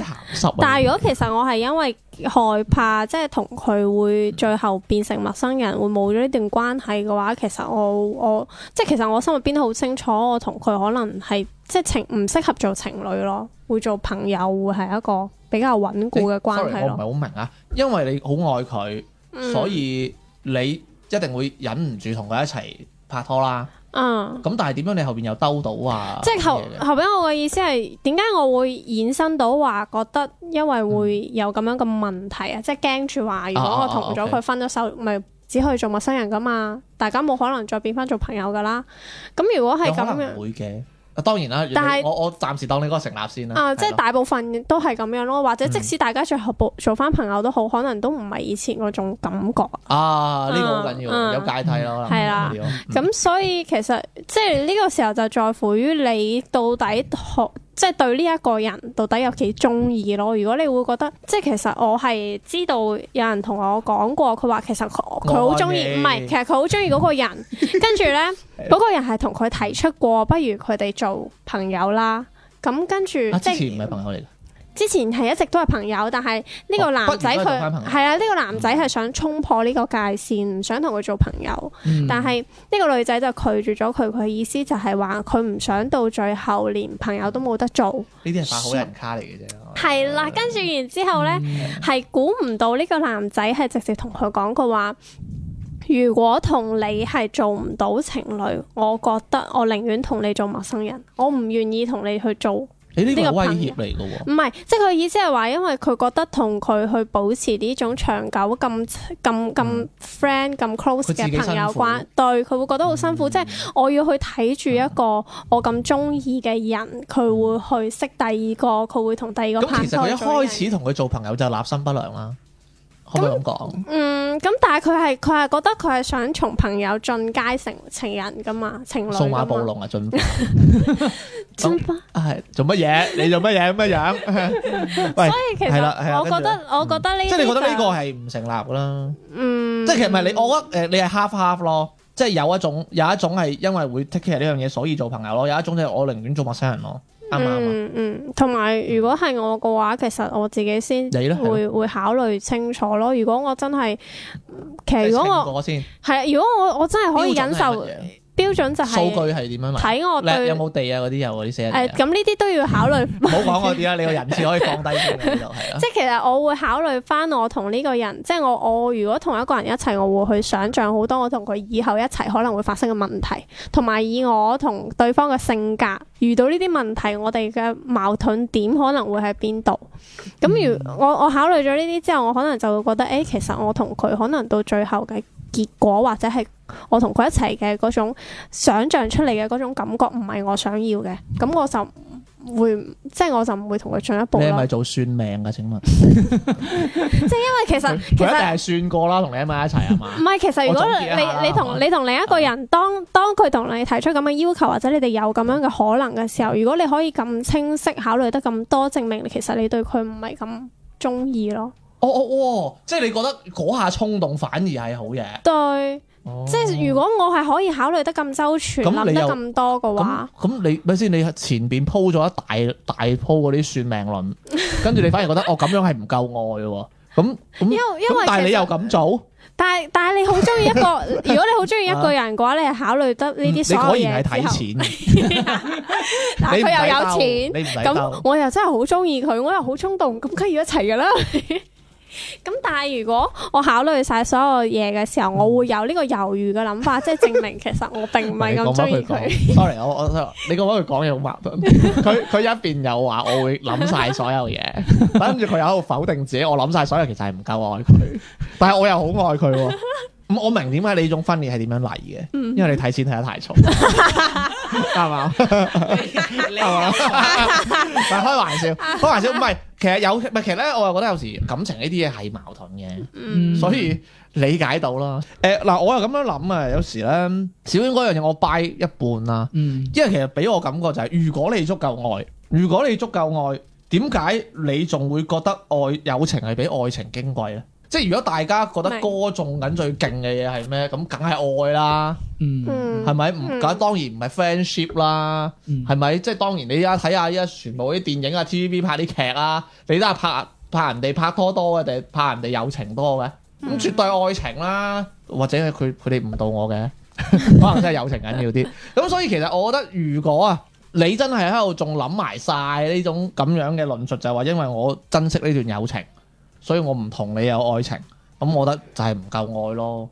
啊但係如果其實我係因為害怕，即係同佢會最後變成陌生人，會冇咗呢段關係嘅話，其實我我即係其實我心入邊好清楚，我同佢可能係即係情唔適合做情侶咯，會做朋友會係一個比較穩固嘅關 Sorry，係我咯。唔係好明啊，因為你好愛佢，嗯所以你一定會忍唔住同佢一齊拍拖啦。嗯。咁但係點樣你後邊又兜到啊？即係後乜嘢嘅後邊我嘅意思係點解我會衍生到話覺得因為會有咁樣嘅問題啊？即係驚住話如果我同嗯啊啊啊咗，OK 佢分咗手，咪只可以做陌生人噶嘛？大家冇可能再變翻做朋友噶啦。咁如果係有咁可樣能會嘅。啊當然啦，但係你我我暫時當你嗰個成立先啦。啊，即係係咯嗯大部分都係咁樣咯，或者即使大家最後做做翻朋友都好，可能都唔係以前嗰種感覺。啊，呢個好緊要，嗯有階梯咯。係啦可能嗰啲咯咁所以其實即係呢個時候就在乎於你到底學即係對呢一個人到底有幾中意咯。如果你會覺得即係其實我係知道有人同我講過，佢話其實佢佢好中意，愛唔你係其實佢好中意嗰個 人，跟住咧嗰個人係同佢提出過，不如佢哋做朋友啦。咁跟住啊，即之係前唔係朋友嚟嘅，之前係一直都係朋友，但係呢個哦男仔不佢如都係做返朋友係啊，呢個男仔係想衝破呢個界線，唔想同佢做朋友。嗯，但係呢個女仔就拒絕咗佢，佢意思就係話佢唔想到最後連朋友都冇得做。呢啲係發好人卡嚟嘅啫。係啦，跟住然之後呢，係估唔到呢個男仔係直接同佢講過話，如果同你係做唔到情侶，我覺得我寧願同你做陌生人，我唔願意同你去做你呢個係呢個威朋脅友嚟嘅唔喎。係，即係佢意思係話，因為佢覺得同佢去保持呢種長久咁咁咁 friend 咁 close 嗯佢自己嘅朋友辛苦嗯關，對佢會覺得好辛苦。即係我要去睇住一個我咁中意嘅人，佢會去識第二個，佢會同第二個咁拍其實拖佢一咗嘅人開始同佢做朋友就立心不良啦，可唔可以咁講？嗯，咁但係佢係佢係覺得佢係想從朋友進階成情人噶嘛，情侶數碼㗎暴嘛。龍啊，進化真不啊係做乜嘢？你做乜嘢咁嘅樣？ 喂，其實係啦係啦我覺得我覺得呢啲嗯即係你覺得呢個就係唔成立㗎啦。嗯，即係其實唔係你，我覺得誒你係 half half 咯，即係有一種有一種係因為會 take care 呢樣嘢，所以做朋友咯；有一種就係我寧願做陌生人咯，啱唔啱啊？嗯嗯，同埋如果係我嘅話，其實我自己先你呢係咯會會考慮清楚咯。如果我真係，其實如果我我先係啊，如果我我真係可以忍受標標準係乜嘢準就 數係據係點樣嚟？睇我你對有冇地啊？嗰啲有嗰啲寫誒咁呢啲都要考慮。唔好講嗰啲啦，你個人設可以放低先 啊嘅呢度係啦即。係其實我會考慮翻我同呢個人，即係我我如果同一個人一齊，我會去想像好多我同佢以後一齊可能會發生嘅問題，同埋以我同對方嘅性格遇到呢啲問題，我哋嘅矛盾點可能會喺邊度？咁如我我考慮咗呢啲之後，我可能就會覺得，誒、其實我同佢可能到最後嘅結果，或者係我同佢一齊嘅嗰種想像出嚟嘅嗰種感覺，唔係我想要嘅，咁我就會即係我就唔會同佢進一步你係咯咪。做算命㗎？請問因為其實佢佢一其定實係算過啦，同你喺埋一齊係嘛唔？係，其實如果我總結一下啦你你係嘛嗯同你同另一個人，當當佢同你提出咁嘅要求，或者你哋有咁樣嘅可能嘅時候，如果你可以咁清晰考慮得咁多，證明其實你對佢唔係咁中意咯。哦哦哦，即係你覺得嗰下衝動反而係好嘢。對，哦即係如果我係可以考慮得咁周全，咁諗你得又咁多嘅咁話，咁你咪先，你前邊 鋪咗一大大鋪嗰啲算命論，跟住你反而覺得哦咁樣係唔夠愛喎，咁咁因為因為咁，但係你其實又咁做，但係但係你好中意一個，如果 你好中意一個人嘅話，你係考慮得呢嗯你啲所果有然嘢係睇之後，錢嘅，嗱你唔佢又使兜有錢。你唔使咁兜。我又真係好中意佢，我又好衝動，咁梗 係要一齊㗎啦。咁但係如果我考慮晒所有嘢嘅時候，我會有呢個猶豫嘅諗法，即係證明其實我並唔係咁中意佢。 佢。Sorry，我我你覺得佢講嘢好矛盾。佢佢一邊又話我會諗晒所 有嘢，跟住佢又喺度否定自己，我諗晒所有其實係唔夠 愛佢，但係我又好愛佢喎。咁我明點解你呢種分裂係點樣嚟嘅，嗯因為你睇錢睇得太 重，啱嘛？唔係開玩笑，開玩笑，唔係其實有，唔係其實咧，我又覺得有時感情呢啲嘢係矛盾嘅。嗯所以理解到啦。誒嗱，我又咁樣諗啊，有時咧小英嗰樣嘢我 buy 一半啦，嗯因為其實俾我感覺就係、如果你足夠愛，如果你足夠愛，點解你仲會覺得愛友情係比愛情矜貴咧？即係如果大家覺得明歌頌緊最勁嘅嘢係咩？咁梗係愛啦，嗯嗯係，咪？唔嗯咁當然唔係 friendship 啦，嗯係咪？即係當然你而家睇下依家全部啲電影啊、TVB 拍啲劇啊，你都係拍拍人哋拍拖多嘅定係拍人哋友情多嘅？咁絕對愛情啦，或者佢佢哋唔到我嘅，可能真係友情緊要啲。咁所以其實我覺得，如果啊，你真係喺度仲諗埋晒呢種咁樣嘅論述，就係話因為我珍惜呢段友情，所以我唔同你有愛情，咁我覺得就係唔夠愛咯，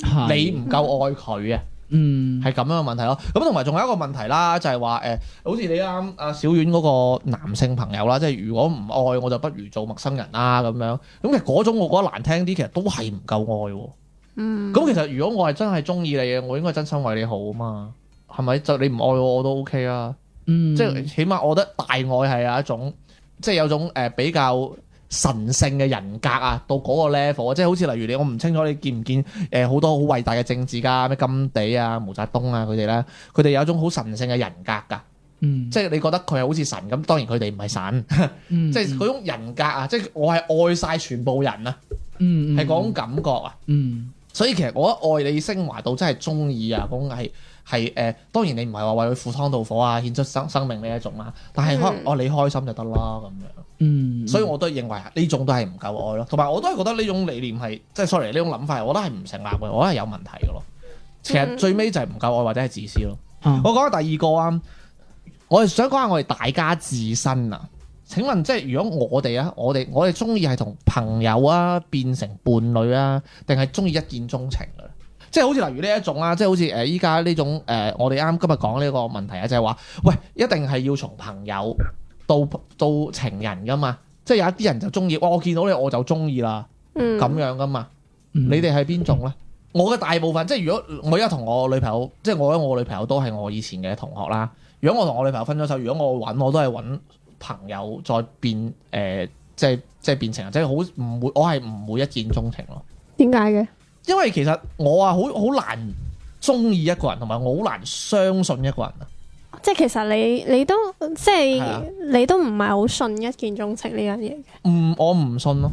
係你唔夠愛佢啊。嗯係咁樣嘅問題咯。咁同埋仲有一個問題啦，就係話誒，好似你啱阿小婉嗰個男性朋友啦，即係如果唔愛我就不如做陌生人啦咁樣。咁其實嗰種我覺得難聽啲，其實都係唔夠愛喎。嗯咁其實如果我係真係中意你嘅，我應該真心為你好啊嘛。係咪？就你唔愛我我都 OK 啊。嗯即係起碼我覺得大愛係有一種，即係有種誒、呃比較神聖嘅人格啊，到嗰個 level，啊即係好似例如你，我唔清楚你見唔見呃誒好、多好偉大嘅政治家，咩金地啊、毛澤東啊佢哋咧，佢哋有一種好神聖嘅人格㗎，嗯即係你覺得佢係好似神咁，當然佢哋唔係神，嗯即係嗰種人格啊，即係我係愛晒全部人啊，嗯係嗰種感覺啊。嗯所以其實我覺得愛你升華到真係中意啊，嗰種係係誒，當然你唔係話為佢赴湯蹈火啊，獻出生生命呢一種啦，但係可能嗯哦你開心就得啦咁樣，嗯，所以我都係認為啊呢種都係唔夠愛咯，同埋我都係覺得呢種理念係即係 sorry 呢種諗法，我覺得係唔成立嘅，我覺得係有問題嘅咯。其實最尾就係唔夠愛或者係自私咯。啊我講下第二個啊，我係想講下我哋大家自身啊。請問即係如果我哋啊，我哋我哋中意係同朋友啊變成伴侶啊，定係中意一見鍾情嘅咧？即係好似例如呢一種啊，即係好似誒依家呢種誒、呃我哋啱今日講呢個問題啊，就係、話，喂，一定係要從朋友到到情人噶嘛，即係有一啲人就中意，哇！我見到你我就中意啦，嗯咁樣噶嘛。嗯你哋係邊種呢？我嘅大部分即係如果我而家同我女朋友，即係我覺得我女朋友都係我以前嘅同學啦。如果我同我女朋友分咗手，如果我揾我都係揾朋友再變誒、呃即係即係變情人，即係好唔會，我係唔會一見鍾情咯。點解嘅？因為其實我啊好好難中意一個人，同埋我好難相信一個人啊。即係其實你你都即係啊係你都唔係好信一見鍾情呢樣嘢嘅。唔，我唔信咯，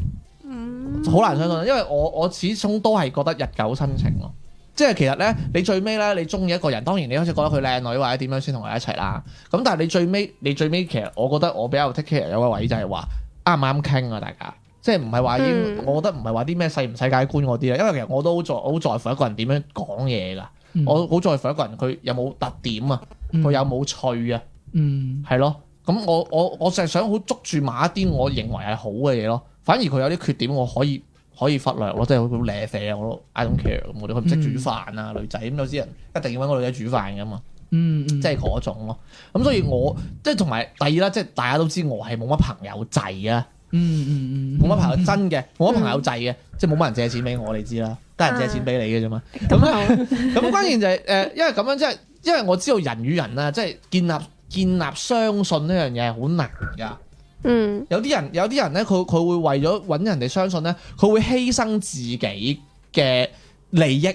好難相信，因為我我始終都係覺得日久生情咯。即係其實咧，你最尾咧，你中意一個人，當然你開始覺得佢靚女或者點樣先同佢一齊啦。咁但係你最尾，你最尾其實我覺得我比較 take care 有個位就係話啱唔啱傾啊，大家。即係唔係話已經，嗯我覺得唔係話啲咩世唔世界觀嗰啲啊，因為其實我都好在好在乎一個人點樣講嘢㗎，嗯我好在乎一個人佢有冇特點啊，佢有冇趣啊。嗯係咯。咁我我我就係想好捉住某一啲我認為係好嘅嘢咯，反而佢有啲缺點我可以可以忽略咯，即係好瀨啡啊，我都 I don't care 咁嗰啲，佢唔識煮飯啊，女仔咁有啲人一定要揾個女仔煮飯噶嘛，嗯即係嗰種咯。咁所以我即係同埋第二啦，即係大家都知我係冇乜朋友滯啊，嗯嗯嗯嗯冇乜朋友真嘅，冇乜朋友滯嘅，即係冇乜人借錢俾我，你知啦，得人借錢俾你嘅啫嘛。啊咁咧。咧，咁關鍵就係、誒，因為咁樣即係，呃因為我知道人與人啊，即係建立建立相信呢樣嘢係好難噶。嗯有啲人有啲人咧，佢佢會為咗揾人哋相信咧，佢會犧牲自己嘅利益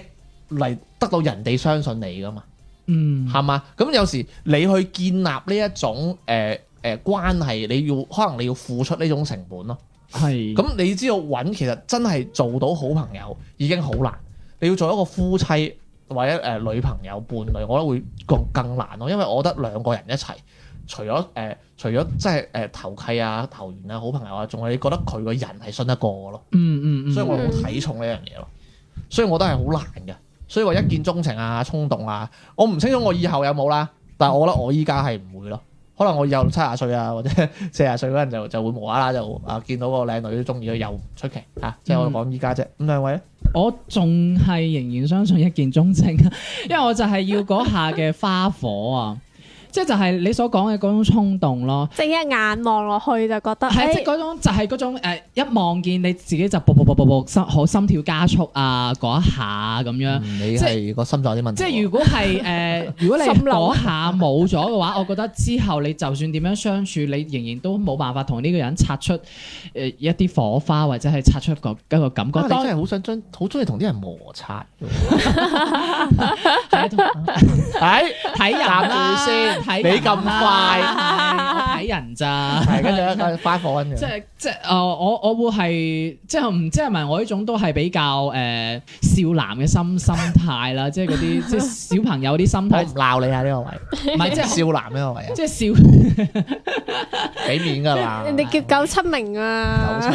嚟得到人哋相信你噶嘛，嗯係嘛？咁有時你去建立呢一種誒誒、呃關係，你要可能你要付出呢種成本咯。係咁你知道揾其實真係做到好朋友已經好難，你要做一個夫妻或者誒、呃女朋友伴侶，我覺得會更更難咯，因為我覺得兩個人一齊除咗誒、呃除咗即係誒投契啊、投緣啊、好朋友啊，仲係你覺得佢個人係信得過我咯，嗯嗯嗯，所以我好睇重呢樣嘢咯。所以我覺得係好難嘅，所以話一見鐘情啊、衝動啊，我唔清楚我以後有冇啦，但係我覺得我依家係唔會咯。可能我以後七廿歲啊，或者 四廿歲嗰陣就就會無啦啦就啊見到個靚女都中意佢，又唔出奇嚇、啊即係嗯我講依家啫。咁兩位呢我仲係仍然相信一見鐘情，啊 因為我就係要嗰下嘅花火啊，即係就係你所講嘅嗰種衝動咯。即係一眼望落去就覺得，係啊哎即係嗰種就係嗰種、呃、一望見你自己就噗噗噗噗噗心好心跳加速啊嗰一下咁樣。嗯你嗯即係個心臟有啲問題喎。即係如果係誒、呃 如果你心漏嗰下冇咗嘅話，我覺得之後你就算點樣相處，你仍然都冇辦法同呢個人擦出誒、呃一啲火花，或者係擦出一個一個感覺。啊你當 真係好想將好中意同啲人摩擦喎， 係同係 睇人啦，先睇你咁快 快，係我睇人咋？係跟住一間花火跟 即住。係即係誒，我我會係即係唔知係咪我呢種都係比較誒、呃少男嘅心心態啦， 即係嗰啲即係小朋友啲心我態唔，鬧你啊！呢個位唔係 即係少男呢個位啊，即係少俾面㗎啦。人哋叫九七明啊，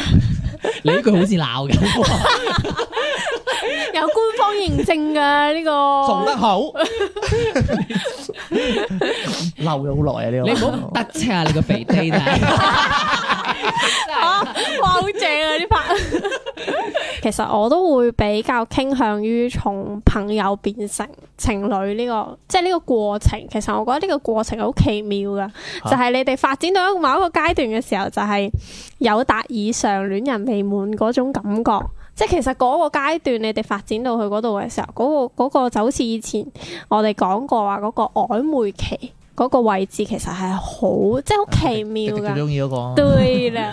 你呢句好似鬧 嘅， 有官方認證㗎呢 做個。得好，嬲咗好耐啊！呢個你唔好得戚啊！你個肥爹 啊！啊哇，好正啊！呢拍，其實我都會比較傾向於從朋友變成情侶呢、個，即係呢個過程。其實我覺得呢個過程好奇妙噶，嚇就係你哋發展到某一個階段嘅時候，就係友達以上戀人未滿嗰種感覺。即係其實嗰個階段，你哋發展到去嗰度嘅時候，嗰、個嗰個就好似以前我哋講過話嗰個曖昧期嗰個位置，其實係好即係好奇 妙最噶。中意嗰個對啦。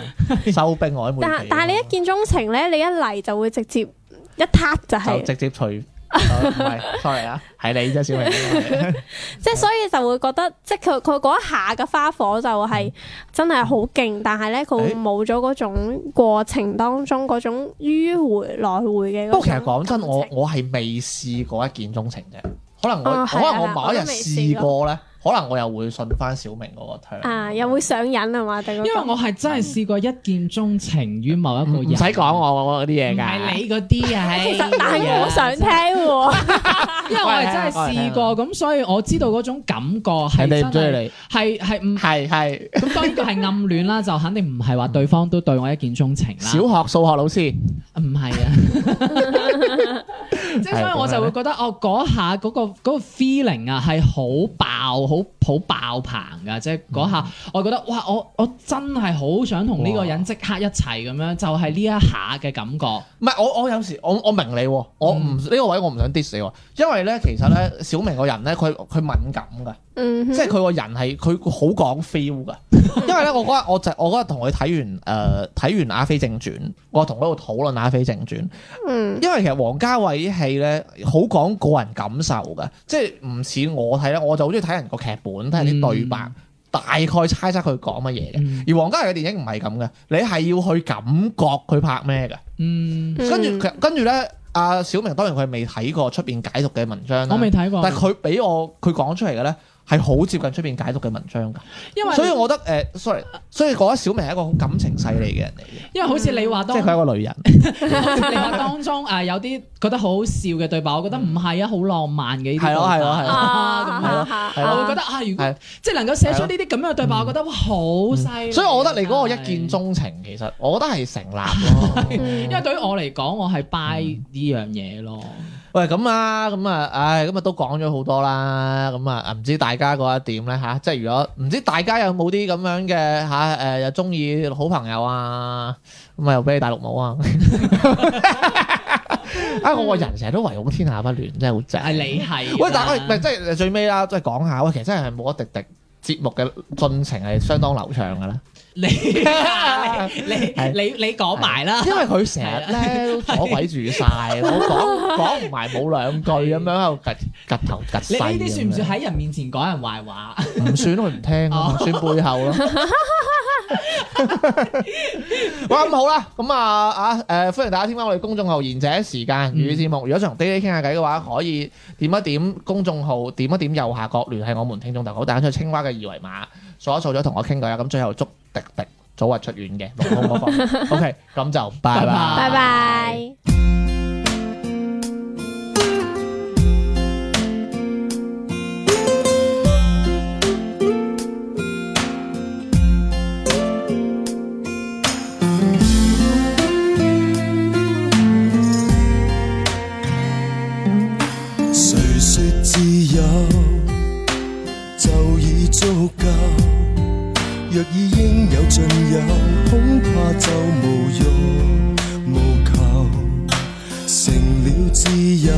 收兵曖昧期嗰但個，但係你一見鐘情咧，你一嚟就會直接一挞就係、就直 接除。哦唔係，sorry 啊，係你啫，小明。即係所以就會覺得，即係佢佢嗰一下嘅花火就係真係好勁，但係咧佢會誒冇咗嗰種過程當中嗰種迂回來回嘅嗰種感情。不過其實講真，我我係未試過一見鐘情啫。可能我哦可係啊能我某一日我都未試試過咧，可能我又會信翻小明嗰個 turn。啊，又會上癮啊嘛，定因為我係真係試過一見鐘情於某一個人，唔使講我我嗰啲嘢唔㗎。係你嗰啲 啊，其係實但係我想聽 喎，因為我係真係試過，咁所以我知道嗰種感覺係人哋唔真中意係你，係係唔係係咁當然佢係暗戀啦，就肯定唔係話對方都對我一見鐘情小啦，學數學老師，唔係啊， 即係所以我就會覺得哦嗰下嗰個嗰個 feeling 啊係好爆好好爆棚㗎，即係嗰下嗯我覺得哇我我真係好想同呢個人即刻一齊咁樣，就係呢一下嘅感覺，唔係我我有時我我明你喎，我唔嗯呢個位我唔想 diss 你喎，因為咧其實咧小明個人咧佢佢敏感㗎。嗯哼，即係佢個人係佢好講 feel 噶，因為咧我嗰日我就我嗰日同佢睇完誒呃睇、完《阿飛正傳》，我同佢喺度討論《阿飛正傳》，嗯因為其實王家衞啲戲咧好講個人感受噶，即係唔似我睇咧，我就好中意睇人個劇本，睇人啲對白，嗯大概猜測佢講乜嘢嘅。嗯而王家衞嘅電影唔係咁嘅，你係要去感覺佢拍咩嘅，嗯，嗯跟住佢跟住咧，阿、小明當然佢未睇過出邊解讀嘅文章啦我未睇過但，係佢俾我佢講出嚟嘅咧係好接近出邊解讀嘅文章㗎。因為所以我覺得誒、s o r r y 所以覺得小明係一個好感情細膩嘅 人嚟嘅，因為好似 你話嗯即係當佢係一個女人。你話當中誒有啲覺得好好笑嘅對白，我覺得唔係啊，好浪漫嘅呢啲係咯係咯係咯啊咁樣咯啊係咯我會覺得啊，如係果即係能夠寫出呢啲咁樣嘅對白，係咯嗯我覺得哇好犀利。啊所以我覺得你嗰個一見鐘情其實我覺得係成立 咯。因為對於我嚟講，我係 buy 嗯呢樣嘢咯。喂，咁啊，咁啊，唉，咁啊都講咗好多啦，咁啊，唔知大家覺得點咧吓？即係如果唔知大家有冇啲咁樣嘅吓誒，又中意好朋友啊，咁啊又俾你大陸佬啊。 啊！我個人成日都唯恐天下不亂，真係好正。係你係。啊喂，但係喂，即係最尾啦，即係講下，喂，其實真係冇一滴滴節目嘅進程係相當流暢噶啦， 你你係啊你你你講埋啦。啊因為佢成日咧都阻鬼住晒， 我講講唔埋冇兩句咁樣喺度夾夾頭夾你勢呢啲算唔咁樣算喺人面前講人壞話？啊 唔算咯，佢唔聽咯，唔哦算背後咯。哇，咁好啦，咁啊啊誒，歡迎大家添加我哋公眾號賢者時間嗯粵語節目。如果想同 Daddy 傾下偈嘅話，可以點一點公眾號，點一點右下角聯繫我們聽眾投稿，打出青蛙嘅二維碼，掃一掃咗同我傾偈啊。咁最後祝迪迪早日出院嘅，龍空嗰方。OK，咁 就拜拜拜拜。啊拜拜。谁说自由就已足够？若已应有尽有，恐怕就无欲无求，成了自由，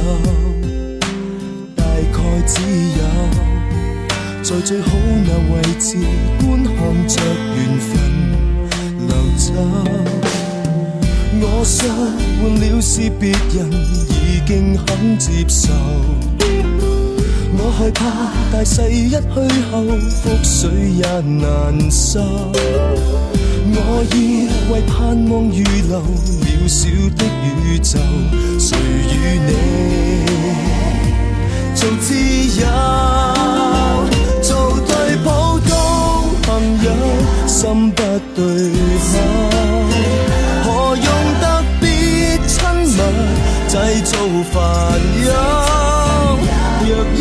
大概只有在最好那位置观看着缘分流走。我想換了是別人已經肯接受。我害怕大勢一去後，覆水也難收。我以為盼望預留渺小的宇宙，誰與你做自由？做對普通朋友，心不對口。何用特別親密製造煩憂？若一點隱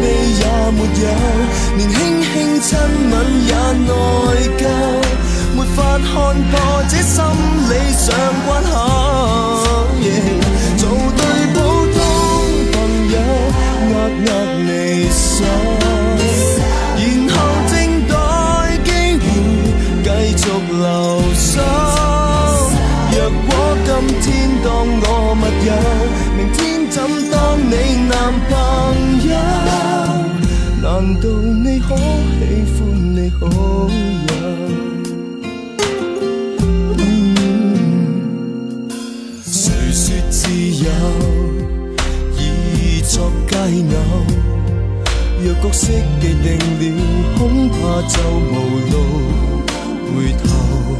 秘也沒有，連輕輕親吻也內疚，沒法看破這心理上關口。Yeah，做對普通朋友，握握你手，然後靜待機會。繼續留守。若果今天當我密友，明天怎當你男朋友？難道你可喜歡你好友？嗯誰說自由已作佳偶？若角色既定了，恐怕就無路回頭。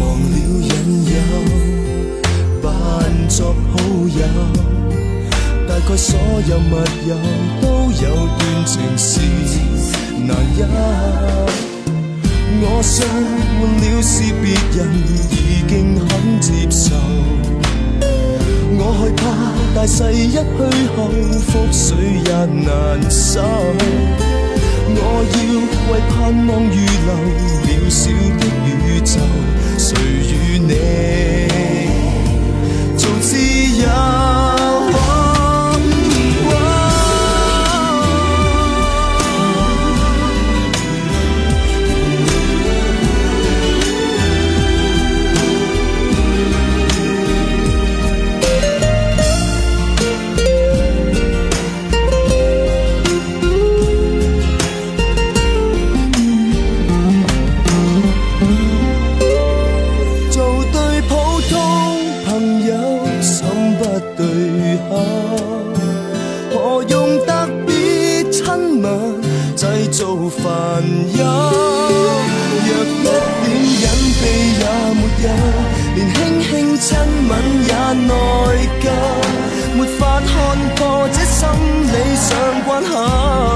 忘了引誘，扮作好友，大概所有密友都有段情是難休。我想換了是別人已經肯接受。我害怕大勢一去後，覆水也難收。我要為盼望預留渺小的宇宙，誰與你做自由？做對普通朋友，心不對口，何用特別親密製造煩憂？若一點隱秘也沒有，連輕輕親吻也內疚，沒法看破這心理上關口。